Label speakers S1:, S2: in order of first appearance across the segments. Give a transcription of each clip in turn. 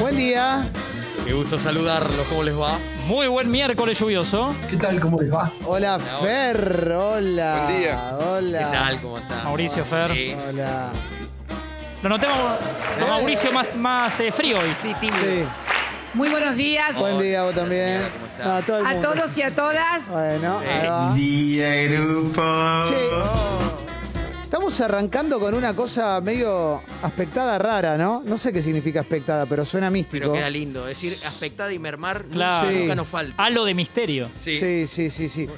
S1: Buen día.
S2: Qué gusto saludarlos, ¿cómo les va?
S3: Muy buen miércoles lluvioso.
S4: ¿Qué tal? ¿Cómo les va?
S1: Hola, Fer. Hola.
S5: Buen día.
S1: Hola.
S2: ¿Qué tal? ¿Cómo están?
S3: Mauricio Fer.
S2: Sí.
S1: Hola.
S3: Lo notamos a Mauricio más, más eh, frío hoy.
S2: Sí, tímido.
S1: Sí.
S6: Muy buenos días
S1: Buen día vos también.
S2: Hola, ¿cómo estás?
S1: No, a todo el
S6: a
S1: mundo.
S6: todos y a todas.
S1: Bueno, ahí va.
S4: Día, grupo.
S1: Che, estamos arrancando con una cosa medio aspectada rara, ¿no? No sé qué significa aspectada, pero suena místico.
S2: Pero queda lindo. Es decir, aspectada y mermar
S3: Claro. Ah,
S2: nunca
S1: Sí.
S2: nos falta.
S3: Halo de misterio.
S1: sí. sí, sí, sí,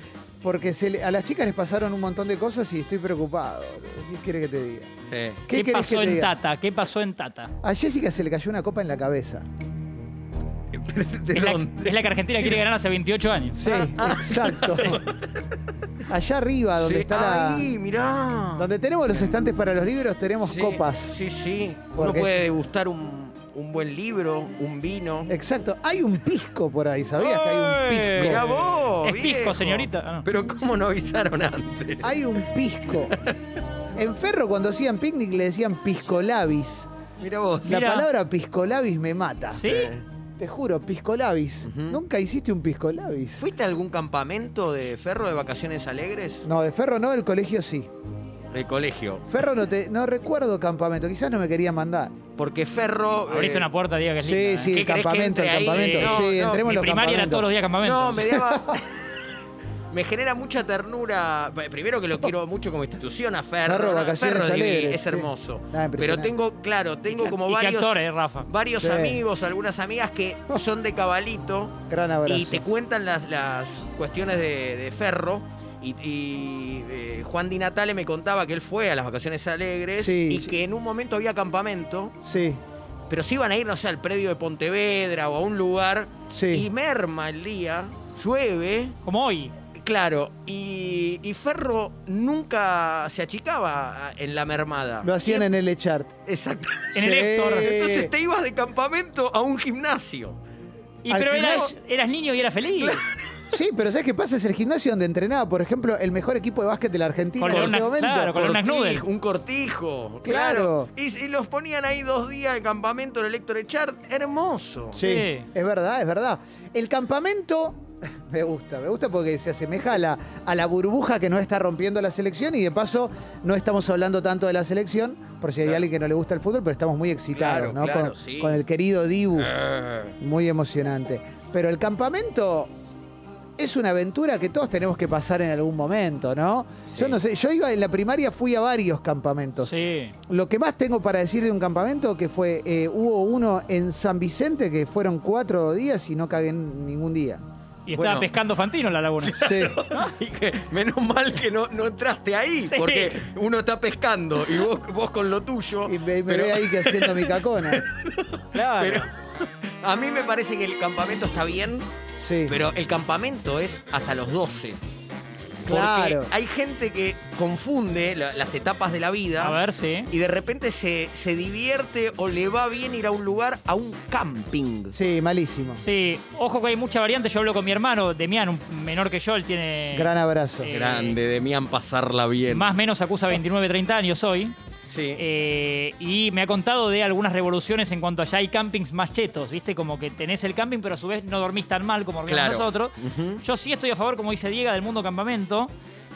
S1: Porque se le- a las chicas les pasaron un montón de cosas y estoy preocupado. ¿Qué quiere que te diga?
S2: Sí.
S3: ¿Qué,
S1: querés
S3: pasó
S1: que te
S3: en
S1: diga?
S3: Tata? ¿Qué pasó en Tata?
S1: A Jessica se le cayó una copa en la cabeza.
S2: ¿De
S3: es, la,
S2: dónde?
S3: es la que Argentina quiere ganar hace 28 años.
S1: Sí,
S2: Ah,
S1: exacto. Allá arriba, donde
S2: Sí.
S1: está la.
S2: Ahí, mirá.
S1: Donde tenemos los estantes para los libros, tenemos
S2: Sí,
S1: copas.
S2: Sí, sí. Uno
S1: Porque-
S2: puede degustar un, un buen libro, un vino.
S1: Exacto. Hay un pisco por ahí, ¿sabías que hay un
S3: ¡Ey!
S2: Mirá
S1: pisco?
S2: vos.
S3: Es pisco,
S2: Oh, viejo.
S3: señorita. Ah, no.
S2: Pero ¿cómo no avisaron antes?
S1: Hay un pisco. En Ferro, cuando hacían picnic, le decían piscolabis.
S2: Mirá vos. Eh,
S1: La
S3: Mirá.
S1: palabra piscolabis me mata.
S3: ¿Sí?
S1: Te juro, piscolabis.
S2: Ujú.
S1: ¿Nunca hiciste un piscolabis?
S2: ¿Fuiste a algún campamento de ferro de vacaciones alegres?
S1: No, de Ferro no, del colegio sí.
S2: El colegio.
S1: Ferro no te. No recuerdo campamento, quizás no me querían mandar.
S2: Porque ferro.
S3: Abriste
S2: eh,
S3: una puerta, diga que es
S1: Sí,
S3: linda,
S1: sí,
S3: ¿eh?
S2: ¿Qué
S1: el
S2: querés que
S1: campamento,
S2: entre
S1: el
S2: ahí?
S1: campamento.
S2: No,
S1: sí,
S2: no,
S1: entremos en
S3: Mi
S1: los
S3: primaria era
S1: campamentos.
S3: todos los días campamentos.
S2: No, me daba. Me genera mucha ternura. Bueno, Primero que lo quiero mucho como institución a Ferro.
S1: Ferro,
S2: ¿no?
S1: vacaciones
S2: Ferro es divino,
S1: alegres,
S2: Es
S1: sí.
S2: hermoso.
S1: Ah, impresionante.
S2: Pero tengo, claro, tengo como
S3: ¿Y qué
S2: varios,
S3: actor, eh, Rafa?
S2: varios
S1: Sí.
S2: amigos, algunas amigas que son de cabalito
S1: Gran abrazo.
S2: y te cuentan las, las cuestiones de, de Ferro. Y, y, eh, Juan Di Natale me contaba que él fue a las vacaciones alegres
S1: Sí,
S2: y
S1: sí.
S2: que en un momento había campamento,
S1: Sí,
S2: pero se iban a ir, no sé, al predio de Pontevedra o a un lugar y
S1: sí.
S2: merma el día, llueve,
S3: Como hoy.
S2: claro, y, y Ferro nunca se achicaba en la mermada.
S1: Lo hacían en el Echart.
S2: Exacto.
S3: En el
S1: Sí.
S3: Héctor.
S2: Entonces te ibas de campamento a un gimnasio.
S3: Y,
S1: Al
S3: pero
S1: final-
S3: eras, eras niño y eras feliz.
S1: Sí, pero ¿sabes qué pasa? Es el gimnasio donde entrenaba, por ejemplo, el mejor equipo de básquet de la Argentina
S3: Con
S1: en ese
S3: Leona-
S1: momento.
S3: claro, con- Columnas
S2: Cortijo,
S3: Nudel.
S2: un cortijo.
S1: Claro.
S2: Y, y los ponían ahí dos días al campamento del Héctor Echart. Hermoso.
S1: Sí,
S3: Sí.
S1: es verdad, es verdad. El campamento me gusta, me gusta porque se asemeja a la, a la burbuja que no está rompiendo la selección y de paso no estamos hablando tanto de la selección, por si hay alguien que no le gusta el fútbol, pero estamos muy excitados,
S2: Claro,
S1: ¿no?
S2: claro,
S1: con,
S2: sí.
S1: con el querido Dibu,
S2: Eh,
S1: muy emocionante. Pero el campamento es una aventura que todos tenemos que pasar en algún momento, ¿no? Yo
S2: Sí.
S1: no sé, yo iba en la primaria, fui a varios campamentos.
S3: Sí.
S1: Lo que más tengo para decir de un campamento que fue, eh, hubo uno en San Vicente que fueron cuatro días y no cagué en ningún día.
S3: Y estaba
S2: Bueno.
S3: pescando Fantino en la laguna.
S1: Sí.
S2: y que menos mal que no, no entraste ahí,
S3: Sí.
S2: porque uno está pescando y vos, vos con lo tuyo.
S1: Y me, me
S2: pero-
S1: ve ahí que haciendo mi cacona.
S3: Claro.
S2: Pero a mí me parece que el campamento está bien,
S1: Sí.
S2: pero el campamento es hasta los 12.
S1: Claro.
S2: Porque hay gente que confunde la- las etapas de la vida
S3: A ver, sí.
S2: y de repente se, se divierte o le va bien ir a un lugar, a un camping.
S1: Sí, malísimo.
S3: Sí, ojo que hay mucha variante. Yo hablo con mi hermano, Demian, un menor que yo, él tiene
S1: Gran abrazo.
S3: eh,
S2: Demian, pasarla bien.
S3: más o menos acusa 29, 30 años hoy.
S2: Sí.
S3: Eh, y me ha contado de algunas revoluciones en cuanto allá hay campings más chetos, ¿viste? Como que tenés el camping, pero a su vez no dormís tan mal como dormimos
S2: Claro.
S3: nosotros.
S2: Ujú.
S3: Yo sí estoy a favor, como dice Diego, del mundo campamento.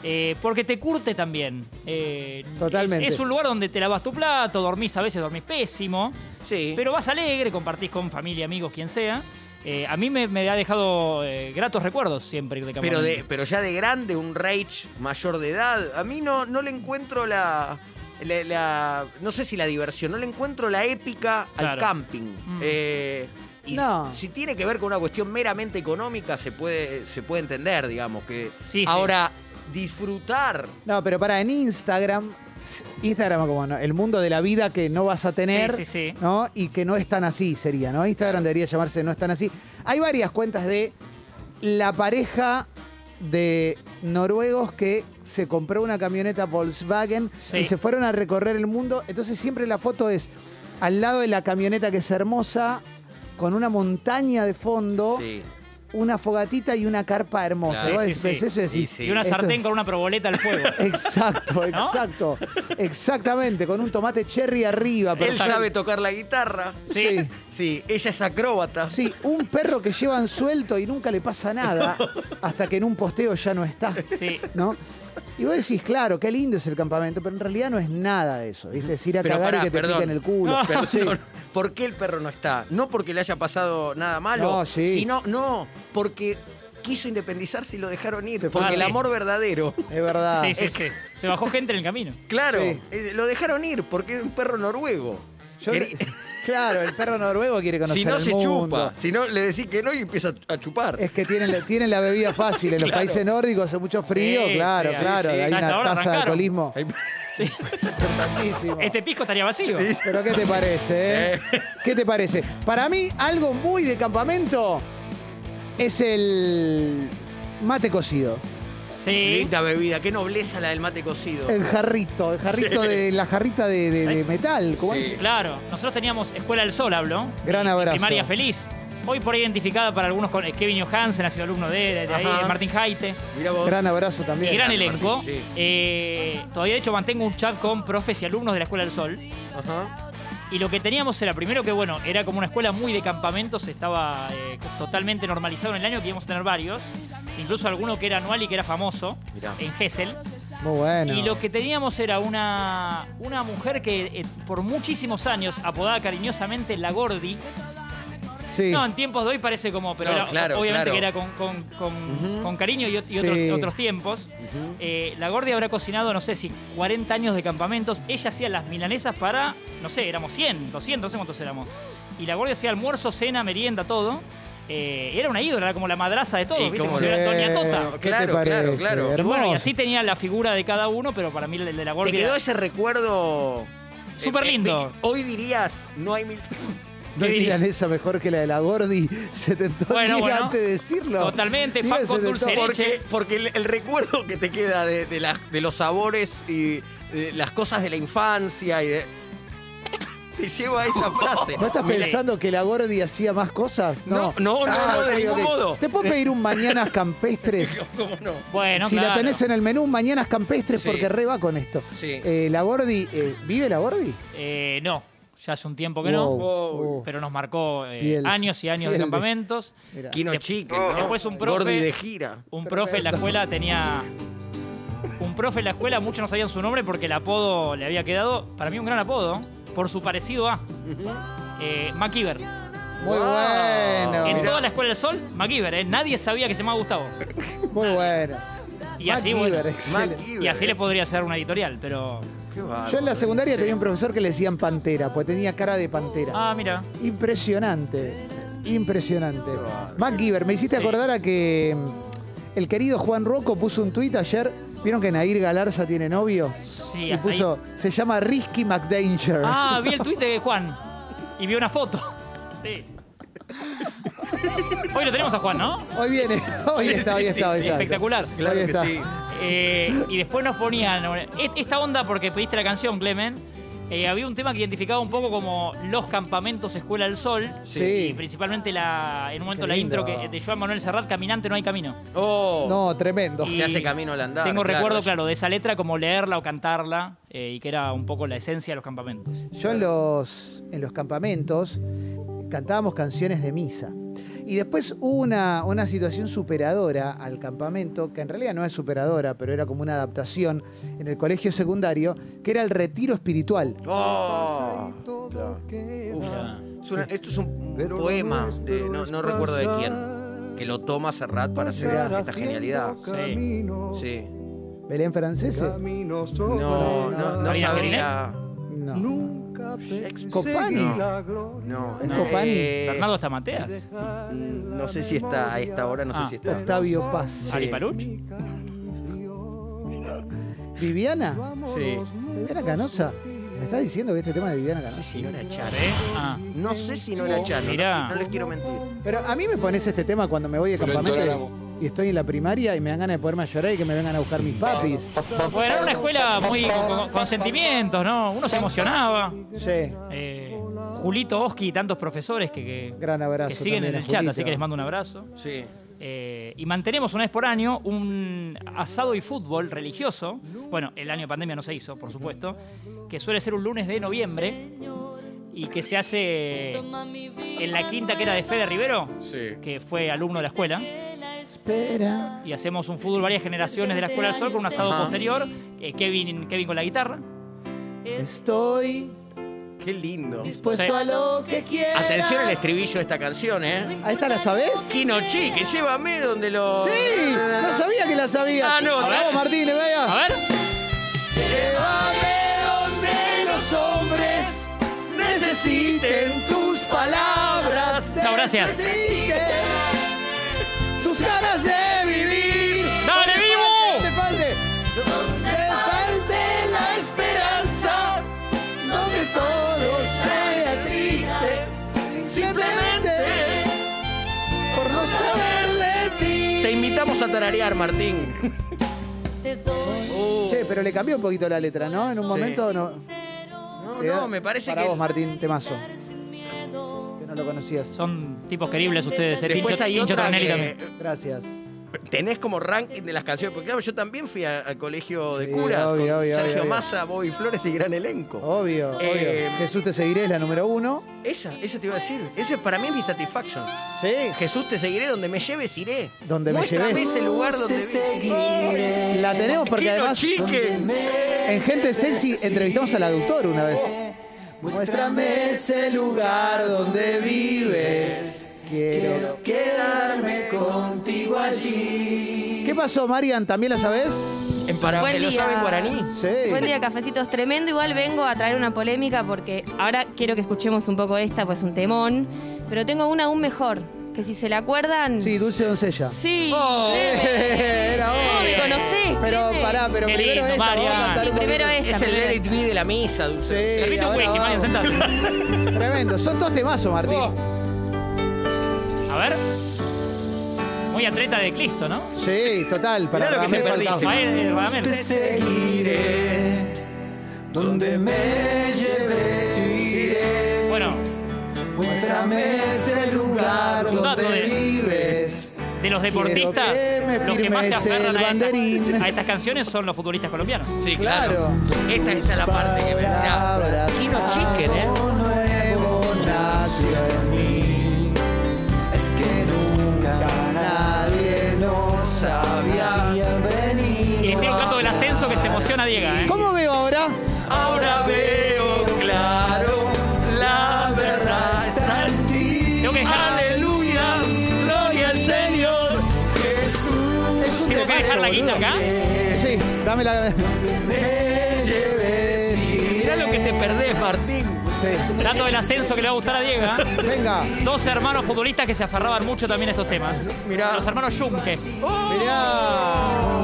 S3: eh, porque te curte también. Eh,
S1: Totalmente.
S3: Es, es un lugar donde te lavas tu plato, dormís, a veces dormís pésimo.
S2: Sí.
S3: Pero vas alegre, compartís con familia, amigos, quien sea. Eh, a mí me, me ha dejado eh, gratos recuerdos siempre ir de campamento.
S2: Pero, de, pero ya de grande, un rage mayor de edad. A mí no, no le encuentro la, la- la- No sé si la diversión, no le encuentro la épica al
S3: Claro.
S2: camping.
S3: Mm.
S2: Eh, y
S1: No.
S2: si tiene que ver con una cuestión meramente económica, se puede, se puede entender, digamos, que
S3: Sí, sí.
S2: ahora disfrutar.
S1: No, pero para en Instagram. Instagram como ¿no? el mundo de la vida que no vas a tener,
S3: Sí, sí, sí.
S1: ¿no? Y que no es tan así sería, ¿no? Instagram debería llamarse no es tan así. Hay varias cuentas de la pareja de noruegos que se compró una camioneta Volkswagen
S3: Sí.
S1: y se fueron a recorrer el mundo. Entonces siempre la foto es al lado de la camioneta que es hermosa, con una montaña de fondo
S2: Sí.
S1: una fogatita y una carpa hermosa.
S2: Claro.
S1: Vos
S3: Sí, sí,
S1: decís
S3: sí.
S1: eso y decís,
S2: Sí, sí.
S3: Y una
S1: esto es-
S3: sartén con una proboleta al fuego.
S1: Exacto, exacto. Exactamente, con un tomate cherry arriba.
S2: Él
S1: perfecto.
S2: sabe tocar la guitarra.
S1: Sí.
S2: Sí, ella es acróbata.
S1: Sí, un perro que llevan suelto y nunca le pasa nada hasta que en un posteo ya no está.
S3: Sí.
S1: ¿No? Y vos decís, claro, qué lindo es el campamento, pero en realidad no es nada de eso. ¿Viste? Es ir a
S2: Pero
S1: cagar
S2: pará,
S1: y que te
S2: perdón.
S1: piquen el culo.
S2: Perdón,
S1: Sí.
S2: ¿Por qué el perro no está? No porque le haya pasado nada malo,
S1: No, sí.
S2: sino, no, porque quiso independizarse y lo dejaron ir.
S1: Se fue.
S2: Porque
S3: Ah,
S2: el
S3: sí.
S2: amor verdadero.
S1: Es
S2: Ah.
S1: verdad.
S3: Sí, sí, sí. Se bajó gente en el camino.
S2: Claro,
S1: Sí.
S2: eh, lo dejaron ir porque es un perro noruego.
S1: Yo-
S2: Querí-
S1: Claro, el perro noruego quiere conocer
S2: si no
S1: el
S2: se
S1: mundo.
S2: chupa, si no le decís que no y empieza a chupar.
S1: Es que tienen, la- tienen la bebida fácil. En los
S2: Claro.
S1: países nórdicos hace mucho frío,
S3: Sí,
S1: claro,
S3: sí,
S1: claro.
S2: sí, sí.
S1: Hay
S3: Ya hasta
S1: una
S3: ahora
S1: tasa de
S3: arrancaron.
S1: alcohol
S2: Ahí-
S3: Sí. Este pisco estaría vacío.
S1: Pero ¿qué te parece? eh? ¿Qué te parece? Para mí, algo muy de campamento es el mate cocido.
S3: Sí.
S2: Linda bebida, qué nobleza la del mate cocido.
S1: El jarrito, el jarrito de la jarrita de, de- de metal. ¿cómo
S2: Sí.
S1: es?
S3: Claro, nosotros teníamos Escuela del Sol, hablo.
S1: Gran
S3: Mi- mi
S1: abrazo.
S3: Primaria feliz. Hoy por ahí identificada para algunos con eh, Kevin Johansen, ha sido alumno de, de, de ahí,
S2: Ajá.
S3: de Martín Jaite.
S2: Mirá vos.
S1: Gran abrazo también.
S3: Y gran
S2: Martín,
S3: elenco.
S2: sí.
S3: Eh, todavía, de hecho, mantengo un chat con profes y alumnos de la Escuela del Sol.
S2: Ajá.
S3: Y lo que teníamos era, primero que bueno, era como una escuela muy de campamentos, estaba eh, totalmente normalizado en el año que íbamos a tener varios, incluso alguno que era anual y que era famoso,
S2: Mirá.
S3: en Gessel.
S1: Muy bueno.
S3: Y lo que teníamos era una, una mujer que eh, por muchísimos años, apodada cariñosamente La Gordi,
S1: Sí.
S3: no, en tiempos de hoy parece como, pero
S2: No,
S3: era-
S2: claro, claro.
S3: obviamente que era con, con- con-
S2: Ujú.
S3: con cariño y, ot- y
S1: Sí.
S3: otros, otros tiempos. Eh, la Gordi habrá cocinado, no sé si 40 años de campamentos. Ella hacía las milanesas para, no sé, éramos 100, 200, no sé cuántos éramos. Y la Gordi hacía almuerzo, cena, merienda, todo. Eh, era una ídola, era como la madraza de todos,
S2: Y
S3: ¿viste?
S2: como
S3: Era
S1: Sí,
S3: Doña Tota.
S1: ¿qué te
S2: Claro, claro,
S1: parece?
S2: claro.
S3: Y bueno, y
S1: Hermoso.
S3: así tenía la figura de cada uno, pero para mí el de la
S2: Te
S3: Gordi
S2: quedó
S3: era
S2: ese recuerdo.
S3: súper
S2: eh, eh,
S3: lindo.
S2: Hoy dirías, no hay mil.
S1: No
S3: ¿Qué
S1: hay
S3: diría?
S1: milanesa mejor que la de la Gordi. Se tentó
S3: Bueno,
S1: ir
S3: bueno.
S1: antes de decirlo.
S3: Totalmente,
S1: Sí,
S3: pan
S1: se
S3: con
S1: tentó.
S3: dulce de leche.
S2: Porque, porque el, el recuerdo que te queda de, de las- de los sabores y de las cosas de la infancia y de- te lleva a esa frase.
S1: ¿Vos estás
S2: Mira,
S1: pensando que la Gordi hacía más cosas? No,
S2: No, no, no, no, de
S1: Ah, ok,
S2: ningún
S1: ok.
S2: modo.
S1: ¿Te
S3: Eh.
S1: puedo pedir un mañanas campestres?
S2: ¿Cómo no?
S3: Bueno,
S1: si la
S3: claro.
S1: tenés en el menú, mañanas campestres,
S2: Sí.
S1: porque re va con esto.
S2: Sí.
S1: Eh, la Gordi, eh, ¿vive la Gordi?
S3: Eh, no, ya hace un tiempo que no. Oh,
S1: Wow, Oh,
S2: Wow.
S1: wow.
S3: pero nos marcó eh,
S1: Piel.
S3: años y años
S1: Piel
S3: de
S1: de-
S3: campamentos.
S1: Mirá.
S2: Quino
S3: Dep-
S2: Chicken, ¿no?
S3: Oh, después un profe-
S2: Gordi de gira.
S3: Un profe en la escuela tenía. Un profe en la escuela, muchos no sabían su nombre porque el apodo le había quedado, para mí un gran apodo, por su parecido a eh, MacGyver.
S1: Ah. Muy
S2: Wow.
S1: bueno.
S3: en
S2: mirá.
S3: toda la escuela del sol, MacGyver, eh, nadie sabía que se llamaba Gustavo.
S1: Muy bueno.
S3: Y así,
S1: MacGyver,
S3: bueno,
S1: excelente.
S3: y así le podría hacer una editorial, pero.
S1: Yo en la secundaria tenía un
S2: problema.
S1: profesor que le decían pantera, porque tenía cara de pantera.
S3: Ah, mira.
S1: Impresionante. Impresionante.
S2: bárbaro.
S1: MacGyver, me hiciste
S3: Sí.
S1: acordar a que mm, el querido Juan Rocco puso un tuit ayer. ¿Vieron que Nair Galarza tiene novio?
S3: Sí,
S1: Y
S3: hasta ahí.
S1: puso, se llama Risky McDanger.
S3: Ah, vi el tuit de Juan. Y vi una foto. Sí. Hoy lo tenemos a Juan, ¿no?
S1: Hoy viene, hoy
S2: Sí,
S1: está,
S2: sí,
S1: hoy
S2: sí,
S1: está, hoy
S2: sí,
S1: está.
S3: Espectacular.
S2: Claro
S1: Ahí
S2: que
S1: está.
S2: sí.
S3: Eh, y después nos ponían eh, esta onda porque pediste la canción, Clemen. eh, había un tema que identificaba un poco como los campamentos Escuela del Sol. eh,
S1: Sí.
S3: Y principalmente la, en un momento
S1: Qué
S3: la
S1: lindo.
S3: intro que, de Joan Manuel Serrat, Caminante no hay camino.
S2: Oh,
S1: No, tremendo.
S3: Y
S2: se hace camino al andar.
S3: Tengo
S2: claro.
S3: recuerdo, claro, de esa letra como leerla o cantarla eh, y que era un poco la esencia de los campamentos.
S1: Yo en los, en los campamentos cantábamos canciones de misa. Y después hubo una, una situación superadora al campamento, que en realidad no es superadora, pero era como una adaptación en el colegio secundario, que era el retiro espiritual.
S2: Oh. Uf. Es una- esto es un poema, de, no, no recuerdo de quién, que lo toma Serrat para hacer esta genialidad.
S3: Sí.
S2: Sí.
S1: ¿Belén francese?
S2: No, no, no
S3: ¿Marina
S2: sabría.
S1: No. Copani.
S2: No, no.
S1: ¿Un Copani?
S2: eh,
S3: Bernardo Estamateas,
S2: No sé si está a esta hora, no
S3: Ah.
S2: sé si está.
S1: Octavio Paz.
S3: Ari Paluch.
S1: ¿Viviana?
S2: Sí.
S1: ¿Viviana Canosa? ¿Me estás diciendo que este tema de Viviana Canosa?
S2: Si no era Chano.
S3: ¿Eh? Ah.
S2: No sé si no era Chano.
S3: Mirá.
S2: No les quiero mentir.
S1: Pero a mí me pones este tema cuando me voy de campamento y, y estoy en la primaria y me dan ganas de poderme a llorar y que me vengan a buscar mis papis.
S3: Bueno, era una escuela muy con, con- con sentimientos, ¿no? Uno se emocionaba.
S1: Sí,
S3: Eh, Julito Oski y tantos profesores que, que-
S1: gran
S3: que
S1: abrazo.
S3: siguen en
S1: también a
S3: el chat,
S1: Julito.
S3: así que les mando un abrazo.
S2: Sí.
S3: Eh, y mantenemos una vez por año un asado y fútbol religioso. Bueno, el año de pandemia no se hizo, por supuesto. Que suele ser un lunes de noviembre y que se hace en la quinta que era de Fede Rivero,
S2: Sí.
S3: que fue alumno de la escuela.
S1: Espera.
S3: Y hacemos un fútbol varias generaciones de la Escuela del Sol con un asado
S2: Ajá.
S3: posterior. Eh, Kevin, Kevin con la guitarra.
S1: Estoy
S2: Qué lindo.
S1: dispuesto
S3: Sí.
S1: a lo que quieras.
S2: Atención al estribillo de esta canción, ¿eh?
S1: ¿A esta la sabés?
S2: Kinochi, que llévame donde lo.
S1: Sí, no sabía que la sabía.
S2: Ah, no,
S1: Bravo,
S2: claro.
S1: Martínez,
S3: A
S1: vaya.
S3: ver. Ah.
S1: donde los hombres necesiten tus palabras.
S3: Chao, gracias.
S1: necesiten Tus ganas de vivir.
S3: ¡Dale,
S1: Te
S3: vivo!
S1: falte. Donde falte la esperanza. Donde todo sea triste. Simplemente por no saber de ti.
S2: Te invitamos a tararear, Martín. Oh.
S1: Che, pero le cambió un poquito la letra, ¿no? En un momento no.
S2: No,
S1: Te da-
S2: no, me parece
S1: para
S2: que.
S1: vos, Martín, temazo. Que no lo conocías.
S3: Son tipos queribles ustedes. el
S2: Después
S3: Tincho-
S2: hay
S3: Tincho
S2: otra
S3: Tornelli
S2: que
S3: también.
S1: Gracias.
S2: tenés como ranking de las canciones. Porque claro, yo también fui a- al colegio de
S1: Sí,
S2: curas.
S1: obvio,
S2: con
S1: obvio,
S2: Sergio
S1: obvio.
S2: Massa, Bobby Flores y gran elenco.
S1: Obvio,
S2: Eh,
S1: obvio. Jesús te seguiré es la número uno.
S2: Esa, esa te iba a decir. Ese para mí es mi satisfaction.
S1: Sí.
S2: Jesús, te seguiré donde me lleves, iré.
S1: Donde me
S2: Muéstrame
S1: lleves.
S2: ese lugar donde vi.
S1: La tenemos porque
S2: Kino
S1: además
S2: Chique.
S1: en Gente Sexy entrevistamos al aductor una vez. Muéstrame ese lugar donde vives. Quiero quedarme contigo allí. ¿Qué pasó, Marian? ¿También la sabés?
S2: En Paraguay,
S5: Buen
S2: ¿lo
S5: día.
S2: saben guaraní?
S1: Sí.
S5: Buen día, cafecitos. Tremendo. Igual vengo a traer una polémica porque ahora quiero que escuchemos un poco esta, pues un temón. Pero tengo una aún mejor, que si se la acuerdan.
S1: Sí, Dulce Doncella.
S5: Sí.
S2: Oh.
S5: créeme.
S1: Era vos.
S5: ¿Cómo me conocés?
S1: Pero
S5: créeme?
S1: pará, pero
S3: Qué
S1: primero
S3: lindo,
S1: esta. vamos a
S3: Marian.
S1: cantar
S5: Sí,
S1: un
S5: primero
S1: poquito.
S5: esta.
S2: Es el
S5: primero
S2: Let It Be de la misa, dulce.
S1: Sí,
S3: Servite un
S1: ahora
S3: whisky, Marian,
S1: vamos.
S3: sentate.
S1: Tremendo. Son dos temazos, Martín.
S3: A ver. Muy atleta de Cristo, ¿no?
S1: Sí, total. Para
S2: Mirá lo que
S1: Radamés
S2: te perdiste.
S1: faltaba.
S3: Rafael, eh, Radamés.
S7: seguiré donde me lleves iré
S3: Bueno,
S7: muéstrame ese lugar
S3: Un dato
S7: donde
S3: de-
S7: vives
S3: de los deportistas,
S1: que me
S3: los que más se
S1: firmes
S3: aferran
S1: el
S3: a estas,
S1: banderín.
S3: a estas canciones son los futbolistas colombianos.
S2: Sí,
S1: Claro.
S2: Esta, esta es la parte que me. mirá.
S1: Palabras,
S2: Kino Chicken, ¿eh?
S1: algo nuevo nació en mí.
S7: es que nunca
S1: Nadie nos sabía.
S7: había
S3: Y les
S7: venido
S3: tiro un dato del ascenso que se emociona Diega, ¿eh?
S1: ¿Cómo veo ahora?
S2: Ahora veo claro, la verdad está en ti.
S3: Tengo que dejar-
S2: Aleluya, gloria al Señor.
S1: Es un
S3: Tengo que dejar la guita acá.
S1: Sí, dame la.
S2: Mirá lo que te perdés, Martín.
S1: Sí.
S3: Dato del ascenso que le va a gustar a Diego. ¿eh?
S1: Venga.
S3: Dos hermanos futbolistas que se aferraban mucho también a estos temas.
S2: Mirá.
S3: Los hermanos Junque.
S1: Mirá.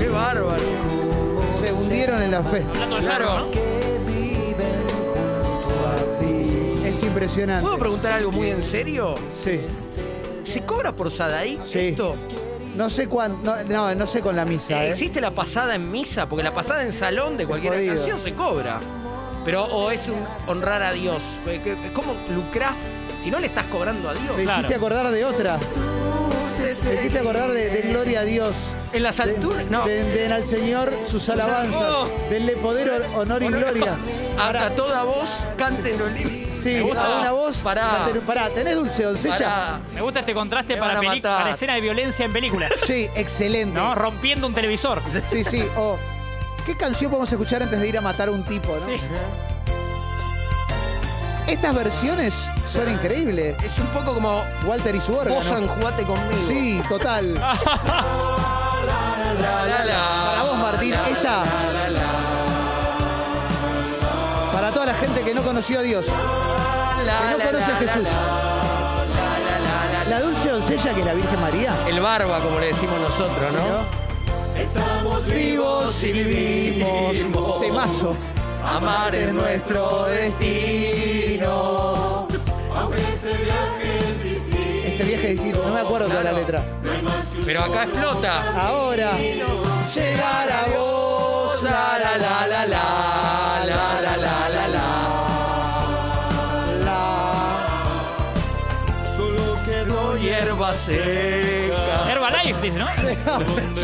S2: Qué bárbaro.
S1: Se hundieron en la fe.
S3: Hablando del
S2: Claro.
S3: ferro, ¿no?
S1: Es impresionante.
S2: ¿Puedo preguntar algo muy en serio?
S1: Sí.
S2: ¿Se cobra por Sadaí
S1: Sí.
S2: esto?
S1: No sé cuán. No, no, no sé con la misa, ¿eh?
S2: ¿Existe la pasada en misa? Porque la pasada en salón de cualquier
S1: jodido.
S2: canción se cobra. Pero, o es un honrar a Dios. Eh, que- ¿Cómo lucrás si no le estás cobrando a Dios?
S1: Me
S3: Claro.
S1: hiciste acordar de otra. Me hiciste acordar de, de Gloria a Dios.
S2: En las alturas. No.
S1: Den, den al Señor sus alabanzas.
S2: Oh.
S1: Denle poder, hor- honor y gloria.
S2: Ahora a toda voz, canten los libros.
S1: Sí, a una voz.
S2: Pará.
S1: Pero Pará, ¿tenés dulce doncella?
S2: Pará.
S3: Me gusta este contraste
S2: Me
S3: para,
S2: van a
S3: peli-
S2: matar.
S3: para escena de violencia en películas.
S1: Sí, excelente.
S3: ¿No? Rompiendo un televisor.
S1: Sí, sí. O, ¿Qué canción podemos escuchar antes de ir a matar a un tipo, no?
S3: Sí.
S1: Estas versiones son increíbles.
S2: Es un poco como
S1: Walter y su órgano.
S2: vos anjugate conmigo.
S1: Sí, total.
S2: La, la, la.
S1: Para vos, Martín,
S2: La, la,
S1: esta.
S2: la, la, la,
S1: Para toda la gente que no conoció a Dios, que
S2: la,
S1: no
S2: la,
S1: conoce a
S2: la,
S1: Jesús.
S2: la, la, la, la.
S1: La dulce doncella que es la Virgen María.
S2: El barba, como le decimos nosotros, ¿no?
S1: Estamos vivos y vivimos. Temazo.
S2: Amar es nuestro destino.
S1: Este viaje distinto, no me acuerdo toda la
S2: Claro.
S1: letra.
S2: Pero acá explota.
S1: Ahora. Llegar a vos.
S2: La, la, la, la, la, la, la, la, la, la.
S1: la.
S7: solo
S2: Quedó hierba seca.
S3: Herbalife, dice, ¿no?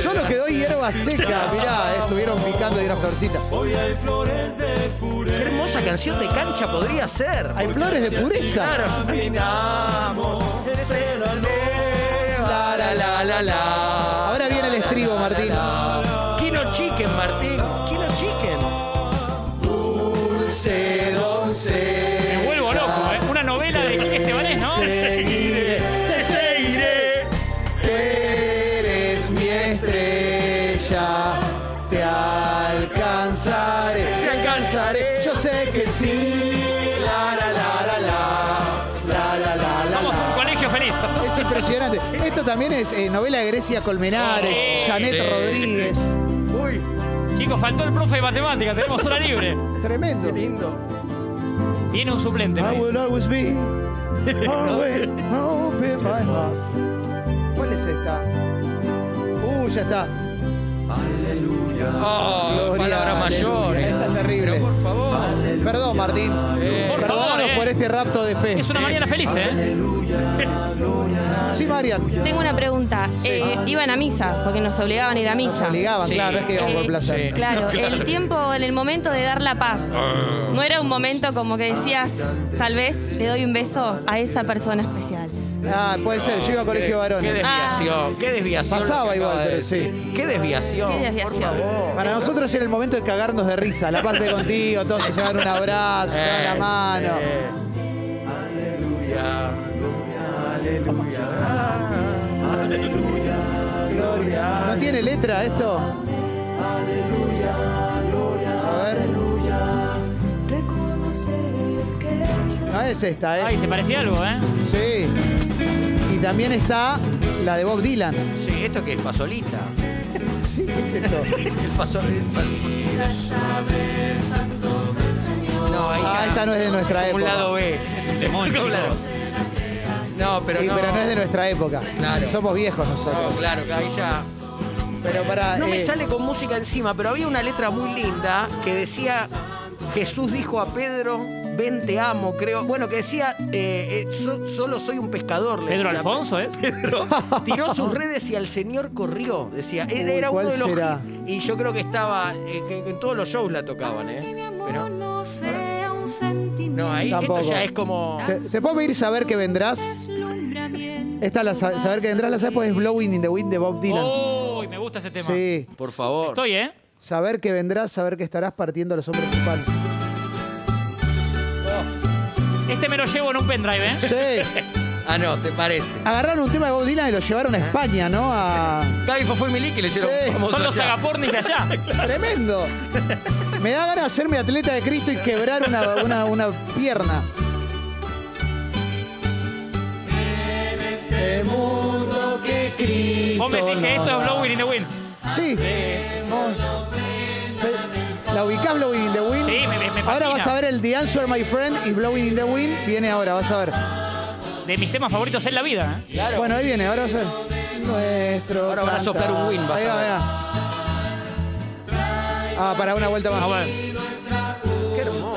S1: Solo quedó hierba seca, mirá, eh, estuvieron picando y una florcita.
S2: Qué hermosa canción de cancha podría ser.
S1: Hay flores de pureza.
S2: Claro. Caminamos, se lo leo, la, la, la, la, la.
S1: Ahora viene el estribo, Martín.
S2: Kino Chicken, Martín. Kino Chicken.
S7: Dulce doncella.
S3: Me vuelvo loco, ¿eh? Una novela de Quique Estebanés, ¿no?
S7: Seguiré,
S2: Te seguiré.
S7: eres mi estrella. Te alcanzaré.
S2: Te alcanzaré.
S7: Yo sé que sí. La la la la la. La la la la.
S3: Somos un colegio feliz.
S1: Es impresionante. Esto también es eh, novela de Grecia Colmenares,
S3: Sí,
S1: Janet
S2: Oh, sí.
S1: Rodríguez.
S2: Uy,
S3: Chicos, faltó el profe de matemática, tenemos hora libre.
S1: Tremendo.
S2: qué lindo.
S3: Viene un
S2: Ah,
S3: suplente. me
S1: I
S3: dice.
S1: will always be always open my heart. ¿Cuál es esta? Uh, ya está.
S7: Aleluya.
S2: Oh,
S1: Gloria,
S2: palabras
S1: aleluya.
S2: mayores.
S1: Esta es terrible.
S2: Pero por favor.
S1: Perdón, Martín.
S2: Eh,
S3: por favor,
S1: Perdónanos
S3: eh.
S1: por este rapto de fe.
S3: Es una mañana feliz, ¿eh?
S1: Sí, Marian.
S5: Tengo una pregunta. Eh, iban a misa, porque nos obligaban a ir a
S1: Ah. Nos
S5: misa.
S1: obligaban,
S2: Ah, Sí.
S1: claro, no es que íbamos por
S5: Eh,
S1: placer.
S5: Claro, el tiempo, en el momento de dar la paz. No era un momento como que decías, tal vez le doy un beso a esa persona especial.
S1: Ah, puede ser, yo iba a
S2: Qué,
S1: colegio
S2: qué
S1: varones.
S2: desviación, qué desviación.
S1: Pasaba
S2: lo que eh.
S1: igual,
S2: acaba de
S1: pero sí.
S2: decir. Qué desviación.
S5: Qué desviación.
S2: Por favor.
S1: Para nosotros era el momento de cagarnos de risa. La parte de contigo, todos se llevan un abrazo, se llevan la
S2: Eh,
S1: mano.
S2: eh. Aleluya, aleluya, aleluya.
S1: ¿No tiene letra esto? Aleluya, A ver. No es esta, ¿eh?
S3: Ay, se parecía algo, ¿eh?
S1: Sí. Y también está la de Bob Dylan.
S2: Sí, esto que es pasolita.
S1: Sí, ¿qué es esto?
S2: El paso. el pa- No, ahí
S1: Ah,
S2: ya-
S1: esta no es de nuestra
S2: como Un
S1: época.
S2: lado B.
S3: Temón,
S2: Como un lado-
S3: chicos.
S2: No, pero
S1: Sí,
S2: no.
S1: pero no es de nuestra época.
S2: Claro.
S1: Somos viejos nosotros.
S2: No, claro, que ahí ya.
S1: Pero eh, para.
S2: No me sale con música encima, pero había una letra muy linda que decía, Jesús dijo a Pedro, ven te amo, creo. Bueno, que decía, eh, eh, so- solo soy un pescador. le
S3: Pedro
S2: decía.
S3: Alfonso, ¿eh? ¿es?
S2: Pedro tiró sus redes y al Señor corrió. Decía, era,
S1: Uy,
S2: era
S1: ¿cuál
S2: uno de los...
S1: será?
S2: Y yo creo que estaba, eh, que- que en todos los shows la tocaban, ¿eh? Pero,
S8: no sea un sentimiento.
S2: no, ahí
S1: Tampoco.
S2: esto ya es como...
S1: ¿Te, te puedo pedir saber que vendrás? Esta, la, sa- saber que vendrás, la sabes porque es Blowing in the Wind de Bob
S3: Uy,
S1: Dylan.
S3: me gusta ese Oh, tema.
S1: sí.
S2: Por favor.
S3: Estoy, ¿eh?
S1: Saber que vendrás, saber que estarás partiendo a los hombres de pan.
S3: Este me lo llevo en un pendrive, ¿eh?
S1: Sí.
S2: Ah, no, ¿te parece?
S1: Agarraron un tema de Bob Dylan y lo llevaron
S3: Ah.
S1: a España, ¿no? A...
S2: Gaby fue Milí que le hicieron
S1: Sí.
S2: famoso
S3: Son los
S2: allá.
S3: agapornis de allá.
S1: Tremendo. Me da ganas de hacerme atleta de Cristo y quebrar una, una- una pierna.
S3: Vos me decís que esto es Blowing in the Wind.
S1: Sí. La ubicás Blowing in the Wind.
S3: Sí, me- me- me
S1: Ahora
S3: fascina.
S1: vas a ver el The Answer My Friend y Blowing in the Wind viene ahora, vas a ver.
S3: De mis temas favoritos en la vida, ¿eh?
S2: Claro.
S1: Bueno, ahí viene, ahora vas a ver. Nuestro.
S2: Ahora van a
S1: cantar.
S2: soplar un win, vas
S1: Ahí va,
S2: a ver.
S1: ahí va. Ah, para una vuelta
S3: A
S1: más.
S3: ver.
S2: Qué hermoso.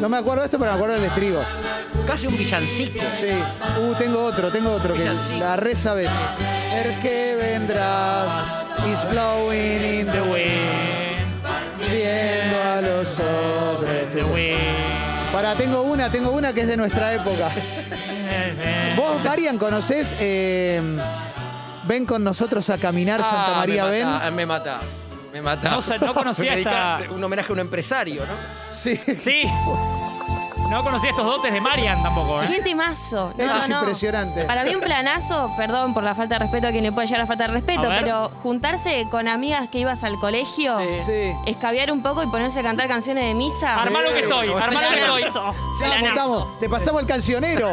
S1: No me acuerdo de esto, pero me acuerdo del estribo.
S2: Casi un villancico.
S1: Sí. Uh, tengo otro, tengo otro que
S2: Villancico.
S1: la re sabes. El que vendrás is blowing in the
S3: Wind,
S1: Viendo a los hombres.
S3: the wind.
S1: Para, tengo una, tengo una que es de nuestra época. Vos, Marian, conocés eh, Ven con nosotros a caminar Santa
S2: Ah,
S1: María,
S2: me
S1: ven.
S2: mata, Me mata. Me mata.
S3: No sé, no conocía
S2: Me dedicaste
S3: esta-
S2: Un homenaje a un empresario, ¿no?
S1: Sí.
S3: Sí. No conocía estos dotes de Marian tampoco, ¿eh?
S5: Qué temazo. No,
S1: Esto es
S5: no.
S1: impresionante.
S5: Para mí un planazo, perdón por la falta de respeto a quien le puede llegar a falta de respeto,
S3: A ver.
S5: pero juntarse con amigas que ibas al colegio,
S1: Sí.
S5: escabear un poco y ponerse a cantar canciones de misa.
S3: Armá lo que estoy, armá lo que estoy.
S1: Vamos, estamos. Te pasamos el cancionero.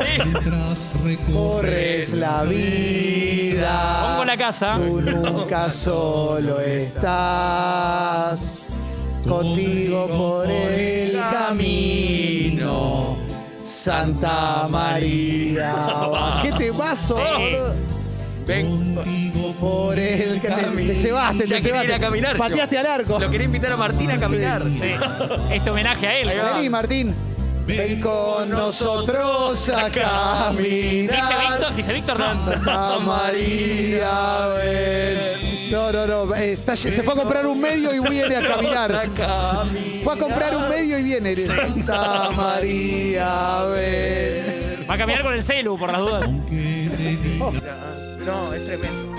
S1: Corres la vida.
S3: Pongo la casa.
S1: Tú nunca solo estás. Contigo por el camino. Santa María. ¿Qué te pasó?
S3: Sí.
S2: Ven.
S1: Por el camino. Te cebaste,
S2: Ya
S1: te
S2: quería ir
S1: cebaste.
S2: a caminar. yo.
S1: Pateaste al arco.
S2: Lo quería invitar a Martín a caminar.
S3: Sí. Este homenaje a él.
S1: Vení, Martín. Ven con nosotros a caminar.
S3: Dice ven Víctor, dice Víctor
S1: Santa
S3: Hernández.
S1: María, ven. No, no, no. eh, está- se fue a comprar un medio y viene a caminar. Fue a comprar un medio y viene. Santa María, ven.
S3: Va a caminar con el celu, por las dudas.
S2: No, es tremendo.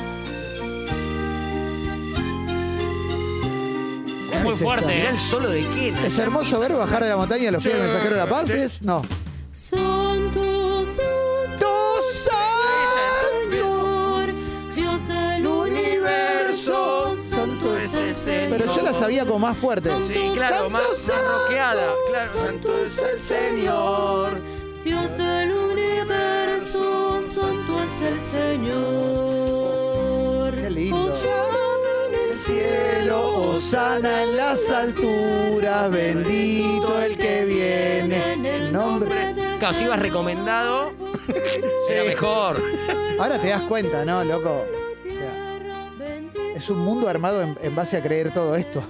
S3: Es muy
S2: Mirá
S3: fuerte.
S2: el solo de quién.
S1: Es hermoso ver bajar de la montaña a los pies del mensajero de la paz. ¿es? No.
S8: Son tus
S1: Dos
S8: Señor, Dios del universo, santo es el Señor.
S1: Pero yo la sabía como más fuerte.
S2: Sí, claro, más,
S1: Santo
S2: más roqueada. Claro,
S1: Santo es el
S2: Señor.
S8: Dios del universo, santo es el Señor.
S1: Qué lindo.
S8: en el
S1: cielo, sana en las alturas, bendito el que viene en el nombre.
S2: Claro, si ibas recomendado, será mejor.
S1: Ahora te das cuenta, ¿no, loco? O sea, es un mundo armado en, en base a creer todo esto.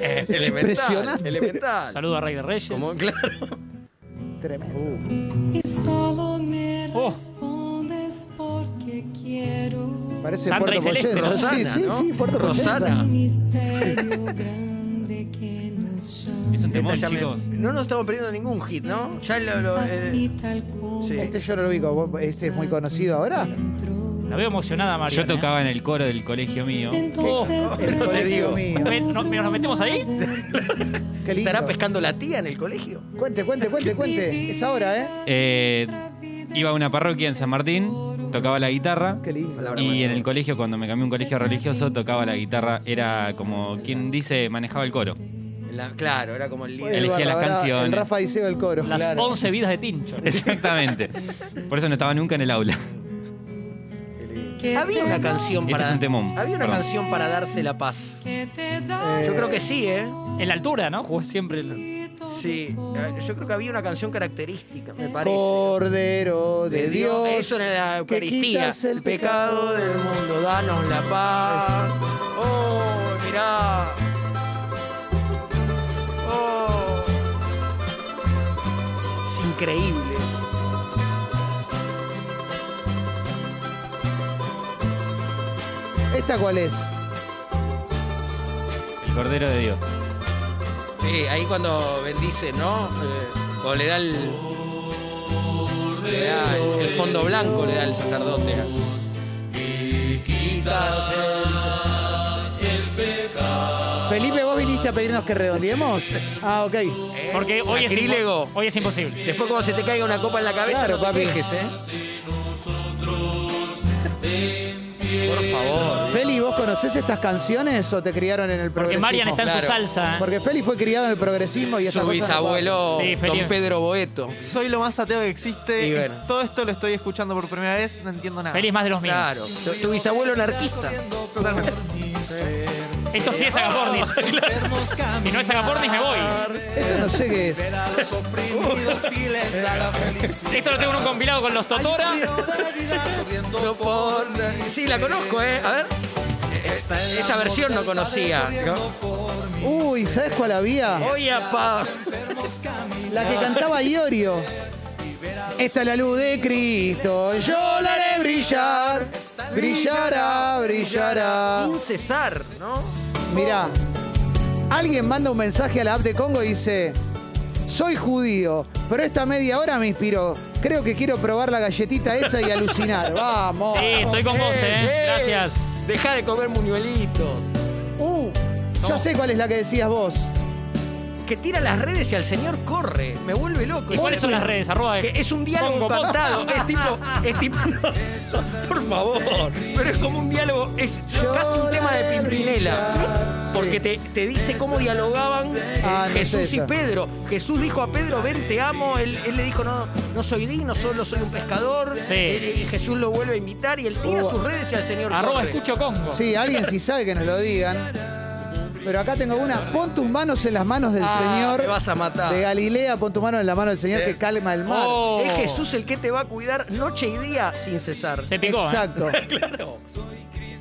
S1: Es impresionante.
S2: Elemental.
S3: ¿eh? Saludo a Rey de Reyes.
S2: Como, claro.
S1: Tremendo.
S9: Y solo me
S3: Oh.
S9: respondes porque quiero.
S1: Parece
S3: Sandra y
S1: Puerto
S3: Celeste,
S1: Poyensa. Sí,
S2: Rosana,
S1: sí,
S2: ¿no?
S1: sí, Puerto
S9: Un
S1: Rosana.
S2: Rosana.
S9: misterio grande que nos
S3: Es
S2: eh,
S3: un
S9: llama.
S3: temón,
S2: Esta ya me-
S3: Este chicos.
S2: no nos estamos perdiendo ningún hit, ¿no? Ya lo. lo, eh,
S9: Así tal como.
S2: sí.
S1: Este yo no lo ubico. ¿Vos- ¿Este es muy conocido ahora?
S3: La veo emocionada, ¿eh? María.
S10: Yo tocaba en el coro del colegio mío.
S9: Entonces.
S1: El colegio mío.
S3: ¿Nos metemos ahí?
S1: Qué lindo.
S2: ¿Estará pescando la tía en el colegio?
S1: Cuente, cuente, cuente, cuente. Es ahora, ¿eh?
S10: Eh, iba a una parroquia en San Martín, tocaba la guitarra.
S1: Qué lindo.
S10: Y en el colegio, cuando me cambié a un colegio religioso, tocaba la guitarra. Era como quien dice, manejaba el coro.
S2: La- claro, era como el líder.
S10: Elegía
S1: Barra
S10: las
S1: Brava,
S10: canciones.
S1: El Rafa Diceo del coro.
S3: Las 11 vidas de Tincho.
S10: Exactamente. Por eso no estaba nunca en el aula.
S9: que
S2: Había
S9: te
S2: una
S9: doy,
S2: canción
S10: Este
S2: para.
S10: es un temón.
S2: Había una
S10: Perdón.
S2: canción para darse la paz.
S9: Que te doy.
S1: Eh,
S2: Yo creo que sí, ¿eh?
S3: En la altura, ¿no? Jugué siempre. en
S2: Sí. Eh, Yo creo que había una canción característica, me parece.
S1: Cordero de Dios.
S2: Eso era la
S1: que
S2: Eucaristía.
S1: quitas el pecado
S2: pecado del mundo, danos la paz. Oh, mirá. Oh. Es increíble.
S1: ¿Esta cuál es?
S10: El Cordero de Dios.
S2: Sí, ahí cuando bendice, ¿no? Eh, o le da el. le da el, el fondo blanco, le da el sacerdote.
S1: Felipe, ¿vos viniste a pedirnos que redondeemos? Ah, ok.
S3: la- Eh, Porque hoy es,
S2: Sacrílego.
S3: impo- hoy es imposible.
S2: Después, cuando se te caiga una copa en la cabeza,
S1: Claro,
S2: no te
S1: papi.
S2: quejes, ¿eh? Por favor.
S1: Feli, ¿vos conocés estas canciones o te criaron en el
S3: Porque
S1: progresismo?
S3: Marian está en su
S2: Claro.
S3: salsa. ¿eh?
S1: Porque Feli fue criado en el progresismo y esas
S2: Su
S1: cosas no
S2: bisabuelo,
S3: Sí, Felipe.
S2: don Pedro Boeto.
S11: Soy lo más ateo que existe.
S2: Y bueno.
S11: Todo esto lo estoy escuchando por primera vez, no entiendo nada.
S3: Feliz más de los míos.
S2: Claro. Tu, tu bisabuelo anarquista.
S3: Esto sí es Agapornis. Claro. Si no es Agapornis, me voy.
S1: pasan. Eso no sé qué es.
S3: Esto lo tengo en un compilado con los Totora.
S2: Sí, la conozco, ¿eh? A ver. Esta versión no conocía.
S1: Uy, ¿sabés cuál había?
S2: Oye, pa.
S1: La que cantaba Iorio. Esta es la luz de Cristo, yo la haré brillar. Brillará, brillará.
S2: Sin cesar, ¿no?
S1: Mirá, alguien manda un mensaje a la app de Congo y dice, soy judío, pero esta media hora me inspiró. Creo que quiero probar la galletita esa y alucinar. Vamos.
S3: Sí, estoy con vos, ¿eh? Gracias.
S2: Deja de comer muñuelitos.
S1: Uh, ya sé cuál es la que decías vos.
S2: Que tira las redes y al señor corre. Me vuelve loco.
S3: ¿Y cuáles son las redes? Arroba
S2: Que es un diálogo
S3: Pongo, pongo.
S2: cantado. Es tipo. Es tipo. no, por favor. Pero es como un diálogo. Es casi un tema de Pimpinela. Porque te, te dice cómo dialogaban eh,
S1: Ah, no es
S2: Jesús y
S1: esa.
S2: Pedro. Jesús dijo a Pedro, ven, te amo. Él, él le dijo, no, no soy digno, solo soy un pescador.
S3: Sí.
S2: Eh, eh, Jesús lo vuelve a invitar y él tira
S1: Oh.
S2: sus redes y al Señor
S3: Arroba
S2: corre.
S3: escucho Congo.
S1: Sí, alguien si sabe que nos lo digan. Pero acá tengo una. Pon tus manos en las manos del
S2: Ah,
S1: Señor.
S2: me vas a matar.
S1: De Galilea, pon tu mano en la mano del Señor que calma el mar.
S3: Oh.
S2: Es Jesús el que te va a cuidar noche y día sin cesar.
S3: Se picó, ¿eh?
S1: Exacto.
S2: Claro.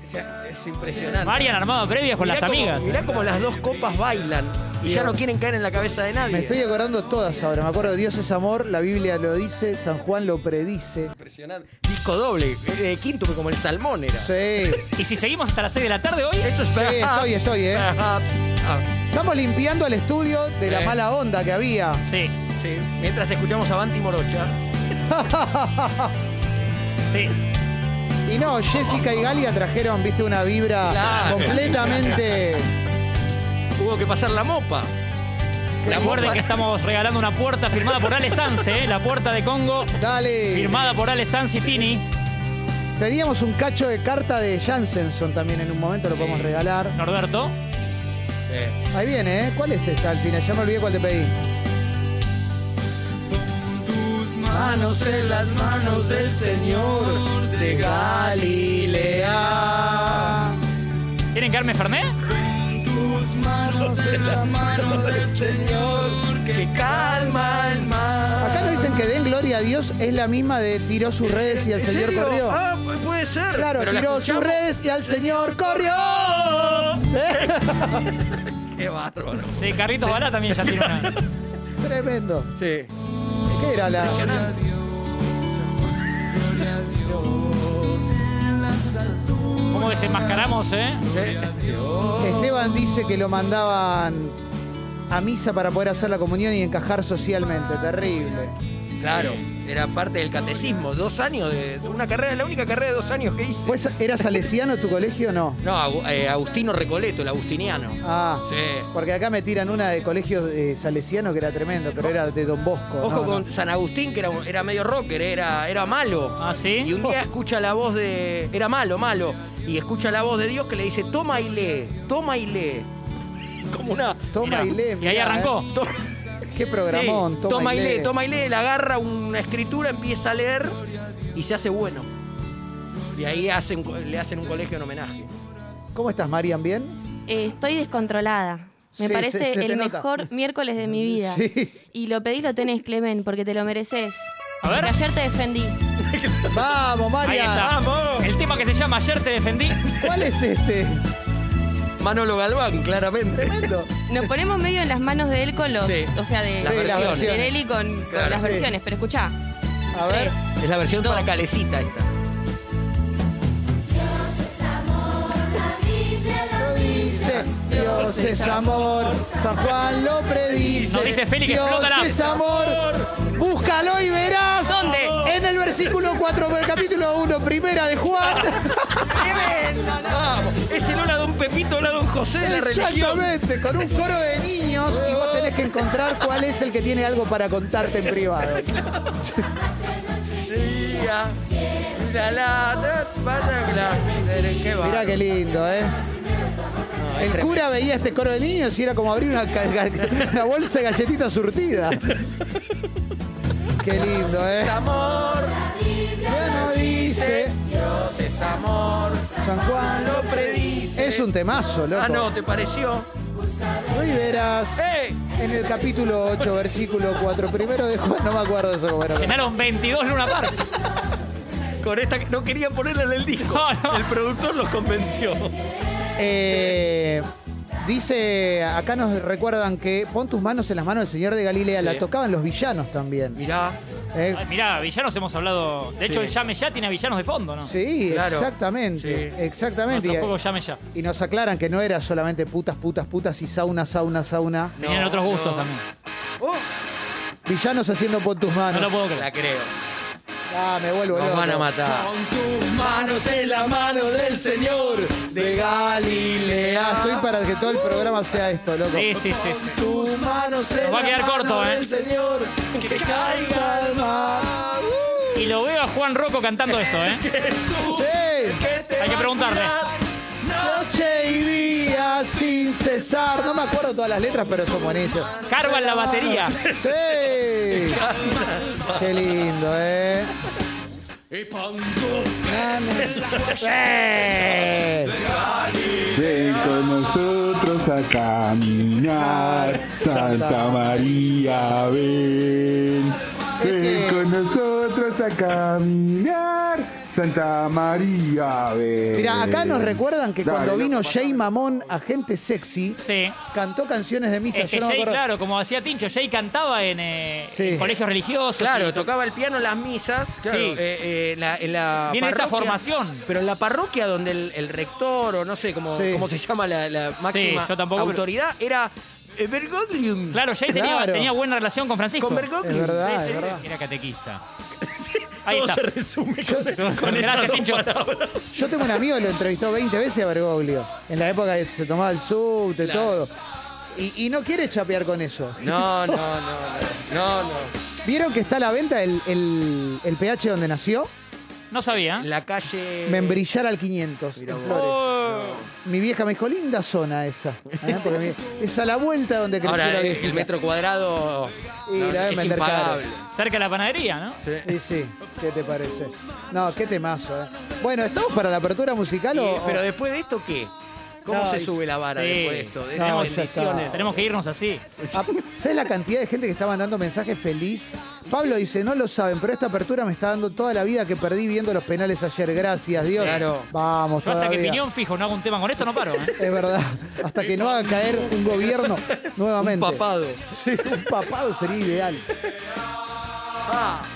S2: O sea, Es impresionante.
S3: Marian armado previa con
S2: Mirá
S3: las
S2: cómo-
S3: amigas. ¿eh?
S2: Mirá como las dos copas bailan. Y ya no quieren caer en la cabeza de nadie.
S1: Me estoy acordando todas ahora. Me acuerdo de Dios es amor, la Biblia lo dice, San Juan lo predice.
S2: Impresionante. Disco doble, eh, quíntuple como el salmón era.
S1: Sí.
S3: Y si seguimos hasta las 6 de la tarde hoy,
S2: Esto es
S1: Sí,
S2: perhaps,
S1: estoy, estoy, eh.
S2: perhaps. Ah,
S1: Estamos limpiando el estudio de la
S2: Eh.
S1: mala onda que había.
S3: sí,
S2: sí. Mientras escuchamos a Banti Morocha.
S3: sí.
S1: Y no, Jessica y Galia trajeron, viste, una vibra
S2: Claro.
S1: completamente.
S2: Hubo que pasar la mopa.
S3: La Recuerden
S2: mopa-
S3: que estamos regalando una puerta firmada por Ale Sanse, eh, la puerta de Congo,
S1: Dale.
S3: firmada por Ale Sanse y Tini.
S1: Teníamos un cacho de carta de Jansenson también en un momento, lo podemos regalar.
S3: Norberto.
S1: Ahí viene, ¿eh? ¿Cuál es esta al final? Ya me olvidé cuál te pedí.
S7: Manos en las manos del Señor de Galilea.
S3: ¿Tienen Carmen Fernet?
S7: Tus manos en las manos del Señor que calma el
S2: Ah.
S7: mar.
S1: Acá nos dicen que den gloria a Dios es la misma de tiró sus redes y al
S2: ¿En
S1: Señor
S2: serio?
S1: corrió.
S2: Ah, puede ser.
S1: Claro,
S2: Pero la
S1: tiró sus
S2: escuchamos.
S1: redes y al Señor corrió.
S2: Qué bárbaro.
S3: Sí, Carritos Balá también ya tiene una.
S1: Tremendo.
S2: Sí.
S1: ¿Qué era la.?
S3: ¿Cómo desenmascaramos, eh?
S1: Esteban dice que lo mandaban a misa para poder hacer la comunión y encajar socialmente.
S2: Ah,
S1: Terrible.
S2: Claro, era parte del catecismo. Dos años de. de Una carrera, la única carrera de dos años que hice.
S1: ¿Pues era salesiano tu colegio o no?
S2: no, Agu- eh, Agustino Recoleto, el agustiniano.
S1: Ah.
S2: Sí.
S1: Porque acá me tiran una de colegio eh, salesiano que era tremendo, pero era de Don Bosco.
S2: Ojo
S1: no,
S2: con
S1: no.
S2: San Agustín, que era, un- era medio rocker, eh, era, era malo.
S3: ¿Ah,
S2: Y
S3: sí?
S2: un día escucha la voz de. Era malo, malo. Y escucha la voz de Dios que le dice: Toma y lee, toma y lee. Como una.
S1: Toma
S3: Mirá,
S1: y lee.
S3: Y ahí
S1: mirá,
S3: arrancó.
S1: eh.
S2: to-
S1: Qué programón.
S2: Sí, toma y lee, toma y lee. Le agarra una escritura, empieza a leer y se hace bueno. Y ahí hacen, le hacen un colegio en homenaje.
S1: ¿Cómo estás, Marian? ¿Bien?
S5: Eh, estoy descontrolada. Me
S1: Sí,
S5: parece
S1: se- se te
S5: el
S1: nota.
S5: mejor miércoles de mi vida.
S1: Sí.
S5: Y lo pedís, lo tenés, Clemen, porque te lo mereces.
S3: A ver.
S5: Porque ayer te defendí.
S1: Vamos,
S3: Ahí
S1: Marian.
S3: está. El tema que se llama Ayer te defendí.
S1: ¿Cuál es este?
S2: Manolo Galván, claramente.
S1: Tremendo.
S5: Nos ponemos medio en las manos de él con los.
S2: Sí.
S5: O sea, de,
S2: Las
S5: de
S2: versiones.
S5: Nelly con, con
S2: Claro,
S5: las
S1: sí.
S5: versiones. Pero escuchá.
S1: A ver.
S5: Tres.
S2: Es la versión para calecita esta.
S1: Dice, Dios es amor, San Juan lo predice.
S3: Nos dice Félix,
S1: Dios
S3: explótala.
S1: es amor, búscalo y verás.
S5: ¿Dónde?
S1: En el versículo 4 del capítulo 1, primera de Juan.
S2: Vamos, es el hola don Pepito, hola don José de la religión.
S1: Exactamente, con un coro de niños y vos tenés que encontrar cuál es el que tiene algo para contarte en privado.
S2: Día, la, la, tra, pa, tra, bla. Qué ¿eh?
S1: Mirá
S2: bárbaro.
S1: qué lindo, ¿eh?
S2: No, es
S1: El
S2: tremendo.
S1: cura veía este coro de niños y era como abrir una, ca- ga- una bolsa de galletita surtida. Qué lindo, ¿eh?
S2: Es amor,
S1: Ya no dice,
S2: Dios es amor,
S1: San Juan
S2: lo predice.
S1: Es un temazo, loco.
S2: Ah, no, ¿te pareció?
S1: Hoy verás
S2: ¡Eh!
S1: en el capítulo 8, versículo 4, primero de Juan, no me acuerdo de eso cómo era.
S3: Ganaron 22 Luna Park.
S2: Con esta no querían ponerla en el disco.
S3: No, no.
S2: El productor los convenció.
S1: Eh, dice, acá nos recuerdan que pon tus manos en las manos del Señor de Galilea, la
S2: Sí.
S1: tocaban los villanos también.
S2: Mirá,
S1: Eh,
S3: Ay, Mirá, villanos hemos hablado. De hecho, el Llame Ya tiene a villanos de fondo, ¿no?
S1: sí,
S2: Claro.
S1: exactamente,
S2: Sí.
S1: exactamente.
S3: Nuestro juego
S1: Y,
S3: Llame Ya.
S1: y nos aclaran que no era solamente putas, putas, putas y sauna, sauna, sauna.
S3: Tenían
S2: No,
S3: otros gustos
S2: no.
S3: también.
S1: Ah, Villanos haciendo pon tus
S3: No
S1: manos.
S3: lo puedo
S2: la
S3: creer.
S2: creo.
S1: Ah, me vuelvo
S2: Nos
S1: loco.
S2: van a matar.
S7: Con tus manos en la mano del Señor de Galilea.
S1: Ah, estoy para que todo el programa sea esto, loco.
S3: Sí, sí, sí. sí.
S7: Tus manos en
S3: Nos va a
S7: la
S3: quedar
S7: mano
S3: corto, ¿eh?
S7: del Señor que caiga al mar.
S3: Y lo veo a Juan Rocco cantando esto, ¿eh?
S7: Jesús,
S1: Sí.
S7: que te
S3: Hay que
S7: va a
S3: preguntarle.
S7: curar.
S1: Noche y día sin cesar. No me acuerdo todas las letras, pero son buenísimas.
S3: Carvan la batería.
S1: Sí. Qué lindo, ¿eh?
S7: Y pon tus
S1: Sí.
S12: Ven con nosotros a caminar, Santa María, ven.
S1: Es que-
S12: Ven con nosotros a caminar, Santa María. ven.
S1: Mira, acá nos recuerdan que
S12: Dale,
S1: cuando
S12: loco,
S1: vino
S12: pará.
S1: Jay Mamón a Gente Sexy, cantó canciones de misa.
S3: Es que
S1: yo no me
S3: Jay,
S1: acuerdo-
S3: claro, como hacía Tincho, Jay cantaba en, eh,
S1: Sí.
S3: en colegios religiosos.
S2: Claro,
S3: y-
S2: tocaba el piano en las misas. Claro,
S3: Sí.
S2: eh, eh, la- en la
S3: Viene esa
S2: parroquia.
S3: formación.
S2: Pero en la parroquia donde el, el rector, o no sé cómo,
S3: Sí.
S2: cómo se llama la, la máxima
S3: yo tampoco, pero-
S2: autoridad, era eh, Bergoglio.
S3: Claro, Jay tenía,
S2: Claro.
S3: tenía buena relación con Francisco.
S2: Con Bergoglio. Es verdad, es verdad.
S3: Era catequista. Ahí
S2: Todo
S3: está.
S2: se resume con, con esas
S3: Gracias,
S2: dos
S3: Tincho.
S2: palabras.
S1: Yo tengo un amigo que lo entrevistó 20 veces a Bergoglio. En la época que se tomaba el subte,
S2: Claro.
S1: todo. Y, y no quiere chapear con eso.
S2: No, no, no, no, no, no.
S1: ¿Vieron que está a la venta el, el, el PH donde nació?
S3: No sabía. ¿eh?
S2: La calle...
S1: Membrillar al 500 en Flores. Mi vieja me dijo, linda zona esa. ¿eh? Porque mi- es a la vuelta donde creció
S2: Ahora, eh,
S1: la
S2: el,
S1: viejita.
S2: el metro cuadrado
S1: Y
S2: no,
S1: la deben
S2: es
S1: vender caro.
S2: impagable.
S3: Cerca de la panadería, ¿no?
S1: Y sí, ¿qué te parece? No, qué temazo, ¿eh? Bueno, ¿estamos para la apertura musical o...?
S2: Y- pero después de esto, ¿qué? ¿Cómo
S1: Ah, No,
S2: se
S1: y-
S2: sube la vara
S3: Sí.
S2: después de esto? De
S1: No,
S2: las
S1: ya
S2: bendiciones.
S1: está.
S3: Tenemos que irnos así.
S1: Ah, ¿Sabes la cantidad de gente que está mandando mensajes feliz? Pablo dice, no lo saben, pero esta apertura me está dando toda la vida que perdí viendo los penales ayer. Gracias, Dios.
S2: Claro.
S1: Vamos,
S3: Yo hasta que
S1: todavía.
S3: piñón fijo no hago un tema con esto, no paro. ¿eh?
S1: Es verdad. Hasta que no haga caer un gobierno nuevamente.
S2: Un papado.
S1: Sí, un papado sería ideal.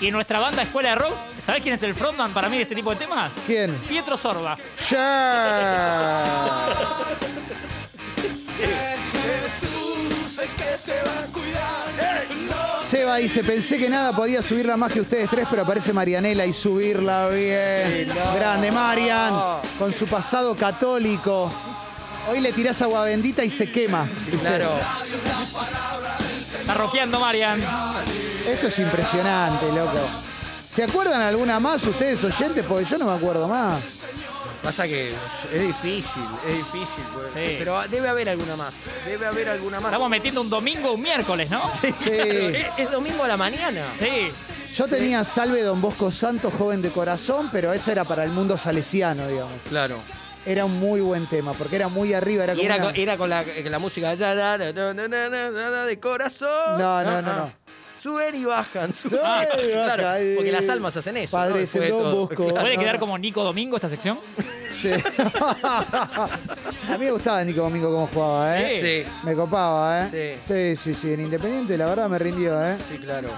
S3: Y en nuestra banda Escuela de Rock, ¿sabés quién es el frontman para mí de este tipo de temas?
S1: ¿Quién?
S3: Pietro Sorba.
S1: ¡Ya! Seba dice, pensé que nada podía subirla más que ustedes tres, pero aparece Marianela y subirla bien. Grande Marian, con su pasado católico. Hoy le tirás agua bendita y se quema.
S2: Claro.
S3: Está roqueando Marian.
S1: Esto es impresionante, loco. ¿Se acuerdan alguna más ustedes oyentes? Porque yo no me acuerdo más.
S2: Pasa que es difícil, es difícil. pues.
S3: Sí.
S2: Pero debe haber alguna más. Debe haber alguna más.
S3: Estamos metiendo un domingo o un miércoles, ¿no?
S1: Sí.
S2: Es, es domingo a la mañana.
S3: Sí.
S1: Yo tenía Salve Don Bosco Santos, joven de corazón, pero esa era para el mundo salesiano, digamos.
S2: Claro.
S1: Era un muy buen tema, porque era muy arriba. Era
S2: Y
S1: como
S2: era,
S1: una-
S2: con, era con la, con la música da, da, da, da, da, da, da, da, da, de corazón.
S1: No, no,
S2: Ah,
S1: no,
S2: ah.
S1: no.
S2: Suben y bajan. Suben y
S1: Ay,
S2: bajan.
S1: baja,
S2: Claro,
S1: ay.
S2: porque las almas hacen eso.
S1: Padre,
S2: ¿no?
S1: ese
S2: Después
S1: Don
S2: de todo.
S1: Bosco.
S2: Claro.
S3: ¿Puede
S1: no,
S3: quedar
S1: no.
S3: como Nico Domingo esta sección?
S1: Sí. a mí me gustaba Nico Domingo cómo jugaba, ¿eh?
S2: Sí. Sí.
S1: Me copaba, ¿eh? Sí. sí, sí, en Independiente la verdad me rindió, ¿eh?
S2: Sí, claro.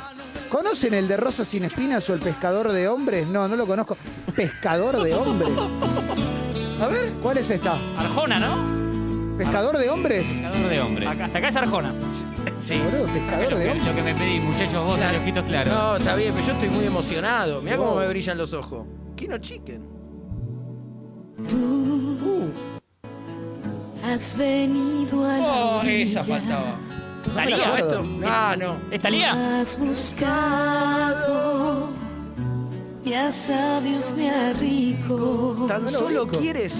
S1: ¿Conocen el de Rosa sin espinas o el pescador de hombres? No, no lo conozco. ¿Pescador de hombres?
S2: A ver.
S1: ¿Cuál es esta?
S3: Arjona, ¿no?
S1: ¿Pescador de hombres?
S10: Pescador de hombres.
S3: Acá- hasta acá es Arjona.
S2: Sí.
S1: Boludo, pescador
S10: Lo
S1: de
S10: que,
S1: hombres.
S10: lo que me pedís, muchachos, vos,
S2: Claro.
S10: los ojitos claros.
S2: No, está bien, pero yo estoy muy emocionado. Mirá cómo
S1: Wow.
S2: me brillan los ojos. Kino Chicken.
S8: Has venido a la
S2: Oh, esa
S8: orilla.
S2: faltaba.
S3: ¿Talía?
S1: acuerdo.
S2: ¿Esto? Ah, no.
S3: ¿Es Talía?
S8: Has buscado ni a sabios ni a ricos.
S2: Tan solo
S1: busco.
S2: quieres.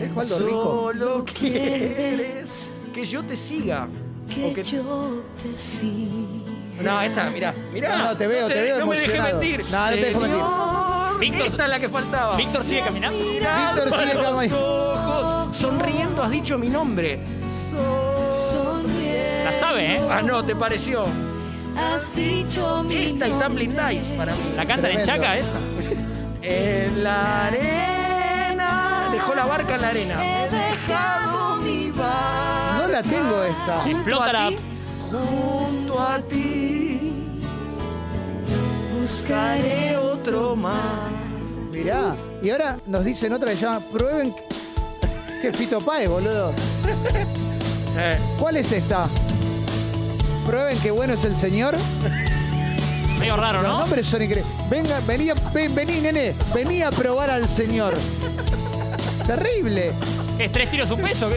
S1: ¿Es Waldo Rico?
S2: Solo quieres que yo te siga.
S8: Que
S2: o que-
S8: yo te siga.
S2: No, esta, mirá. Mirá.
S1: No, no, te veo, te veo
S3: no me dejes
S1: emocionado.
S3: mentir.
S1: No, no te dejo mentir.
S2: Señor,
S3: Víctor-
S2: esta es la que faltaba.
S3: Víctor sigue caminando.
S2: Mirá
S1: Víctor
S2: para
S1: sigue
S2: los
S1: caminando.
S2: ojos. Sonriendo has dicho mi nombre.
S8: Sonríe.
S3: La sabe, ¿eh?
S2: Ah, no, te pareció.
S8: Has dicho mi
S2: Esta y Tumbling
S8: nombre.
S2: Dice para mí.
S3: La cantan en
S1: Tremendo.
S3: Chaca, ¿eh? esta.
S2: En la arena. Dejó la barca en la arena.
S8: He dejado mi bar.
S1: No la tengo esta.
S3: Explota
S2: a
S3: la.
S2: ti, Junto a ti
S8: Buscaré
S2: caeré otro mar.
S1: Mirá. Y ahora nos dicen otra que se llama Prueben que Fito Páez, boludo.
S2: Eh,
S1: ¿Cuál es esta? Prueben que bueno es el señor.
S3: Medio raro,
S1: Los
S3: ¿no?
S1: nombres son increíbles. Venga, vení, a- ven, vení, nene. Vení a probar al señor. Terrible.
S3: Es tres tiros un peso. ¿qué?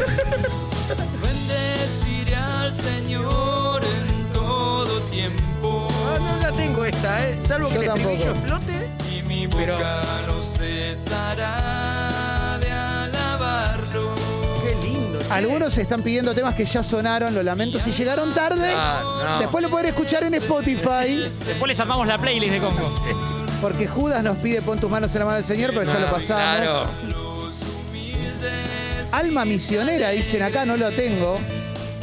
S7: Bendeciré al Señor en todo tiempo.
S2: Ah, no, no la tengo esta, ¿eh? Salvo que
S1: Yo
S2: el estribillo
S1: tampoco.
S2: explote.
S7: Y mi boca
S2: Pero-
S7: no cesará de alabarlo.
S2: Qué lindo. che.
S1: Algunos están pidiendo temas que ya sonaron, lo lamento si llegaron tarde.
S2: Ah, no.
S1: Después lo podré escuchar en Spotify.
S3: Después les armamos la playlist de Congo.
S1: Porque Judas nos pide pon tus manos en la mano del Señor, pero ya lo pasamos.
S2: Claro.
S1: Alma misionera, dicen acá, no lo tengo.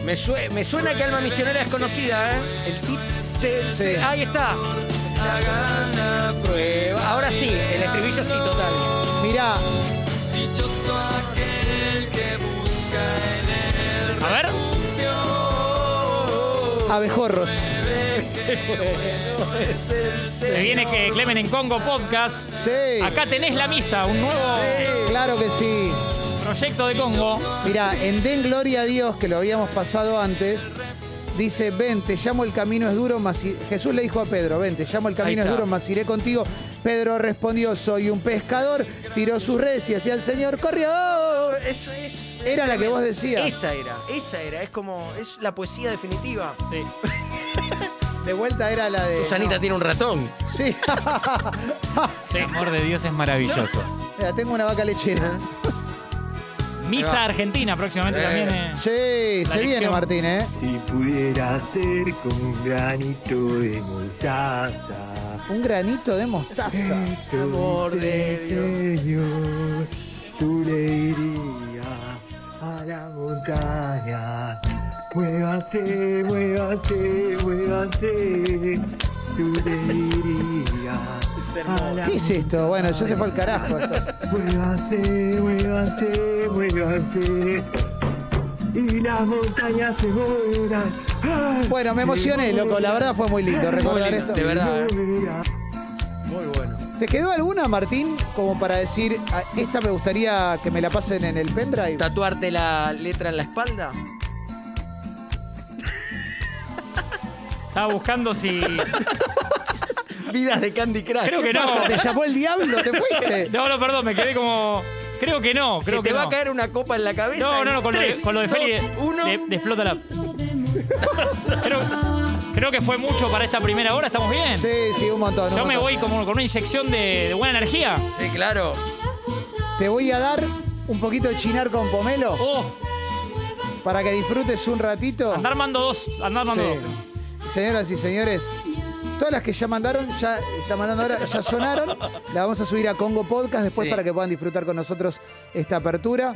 S2: Me, sue- me suena que Alma Misionera es conocida, ¿eh? El tip. se- se-
S1: Sí.
S2: Ahí está.
S7: la gana prueba.
S2: Ahora sí, el estribillo sí, total.
S1: Mirá,
S7: Dichoso aquel que busca en el
S3: A ver.
S1: abejorros.
S3: Se viene que Clemen en Congo Podcast.
S1: Sí.
S3: Acá tenés la misa, un nuevo
S1: Claro que sí.
S3: proyecto de Congo.
S1: Mira, en Den Gloria a Dios, que lo habíamos pasado antes, dice, ven, te llamo el camino es duro, mas i-". Jesús le dijo a Pedro, ven, te llamo el camino es
S3: está.
S1: duro, mas iré contigo. Pedro respondió, soy un pescador, tiró sus redes y hacia el Señor, corrió.
S2: Es- es-
S1: Era la que vos decías.
S2: Esa era, esa era. Es como, es la poesía definitiva.
S3: Sí.
S1: De vuelta era la de...
S2: Susanita tiene un ratón.
S1: no. Sí.
S3: Sí.
S10: El amor de Dios es maravilloso.
S1: Mira, tengo una vaca lechera.
S3: Misa Argentina próximamente también. eh.
S1: Sí,
S3: La
S1: se viene
S3: elección.
S1: Martín, ¿eh?
S4: Si pudiera ser con un granito de mostaza.
S1: Un granito de mostaza.
S2: Amor de Dios.
S4: Señor, tú le irías a la montaña. Muévate, muévate, muévate. Tú le irías a la
S1: ¿Qué es esto? Bueno, ya se fue al carajo esto.
S4: Muévase, muévase, muévase. Y las montañas se mueran.
S1: Bueno, me emocioné, loco. La verdad fue muy lindo recordar
S2: lindo,
S1: esto.
S2: de verdad,
S4: Muy bueno.
S1: ¿Te quedó alguna, Martín, como para decir, "Ah, esta me gustaría que me la pasen en el pendrive?
S2: ¿Tatuarte la letra en la espalda?
S3: Estaba buscando si.
S2: Vidas de Candy Crush.
S3: Creo que no.
S1: Pasa, ¿Te llamó el diablo? ¿Te fuiste?
S3: No, no, perdón, me quedé como. Creo que no, creo
S2: Se
S3: que
S2: te va
S3: no.
S2: a caer una copa en la cabeza.
S3: No, no,
S2: en
S3: no, con lo, de,
S2: tres,
S3: con lo de Feli
S2: dos,
S3: de-
S2: uno.
S3: de- de explota la. Creo, creo que fue mucho para esta primera hora, estamos bien.
S1: Sí, sí, un montón. un
S3: Yo me
S1: montón.
S3: voy como con una inyección de, de buena energía.
S2: Sí, claro.
S1: Te voy a dar un poquito de chinar con pomelo
S3: Oh,
S1: para que disfrutes un ratito.
S3: andar mando dos, andar mando
S1: Sí.
S3: dos.
S1: Señoras y señores, todas las que ya mandaron, ya está mandando ahora, ya sonaron. La vamos a subir a Congo Podcast después
S2: Sí.
S1: para que puedan disfrutar con nosotros esta apertura.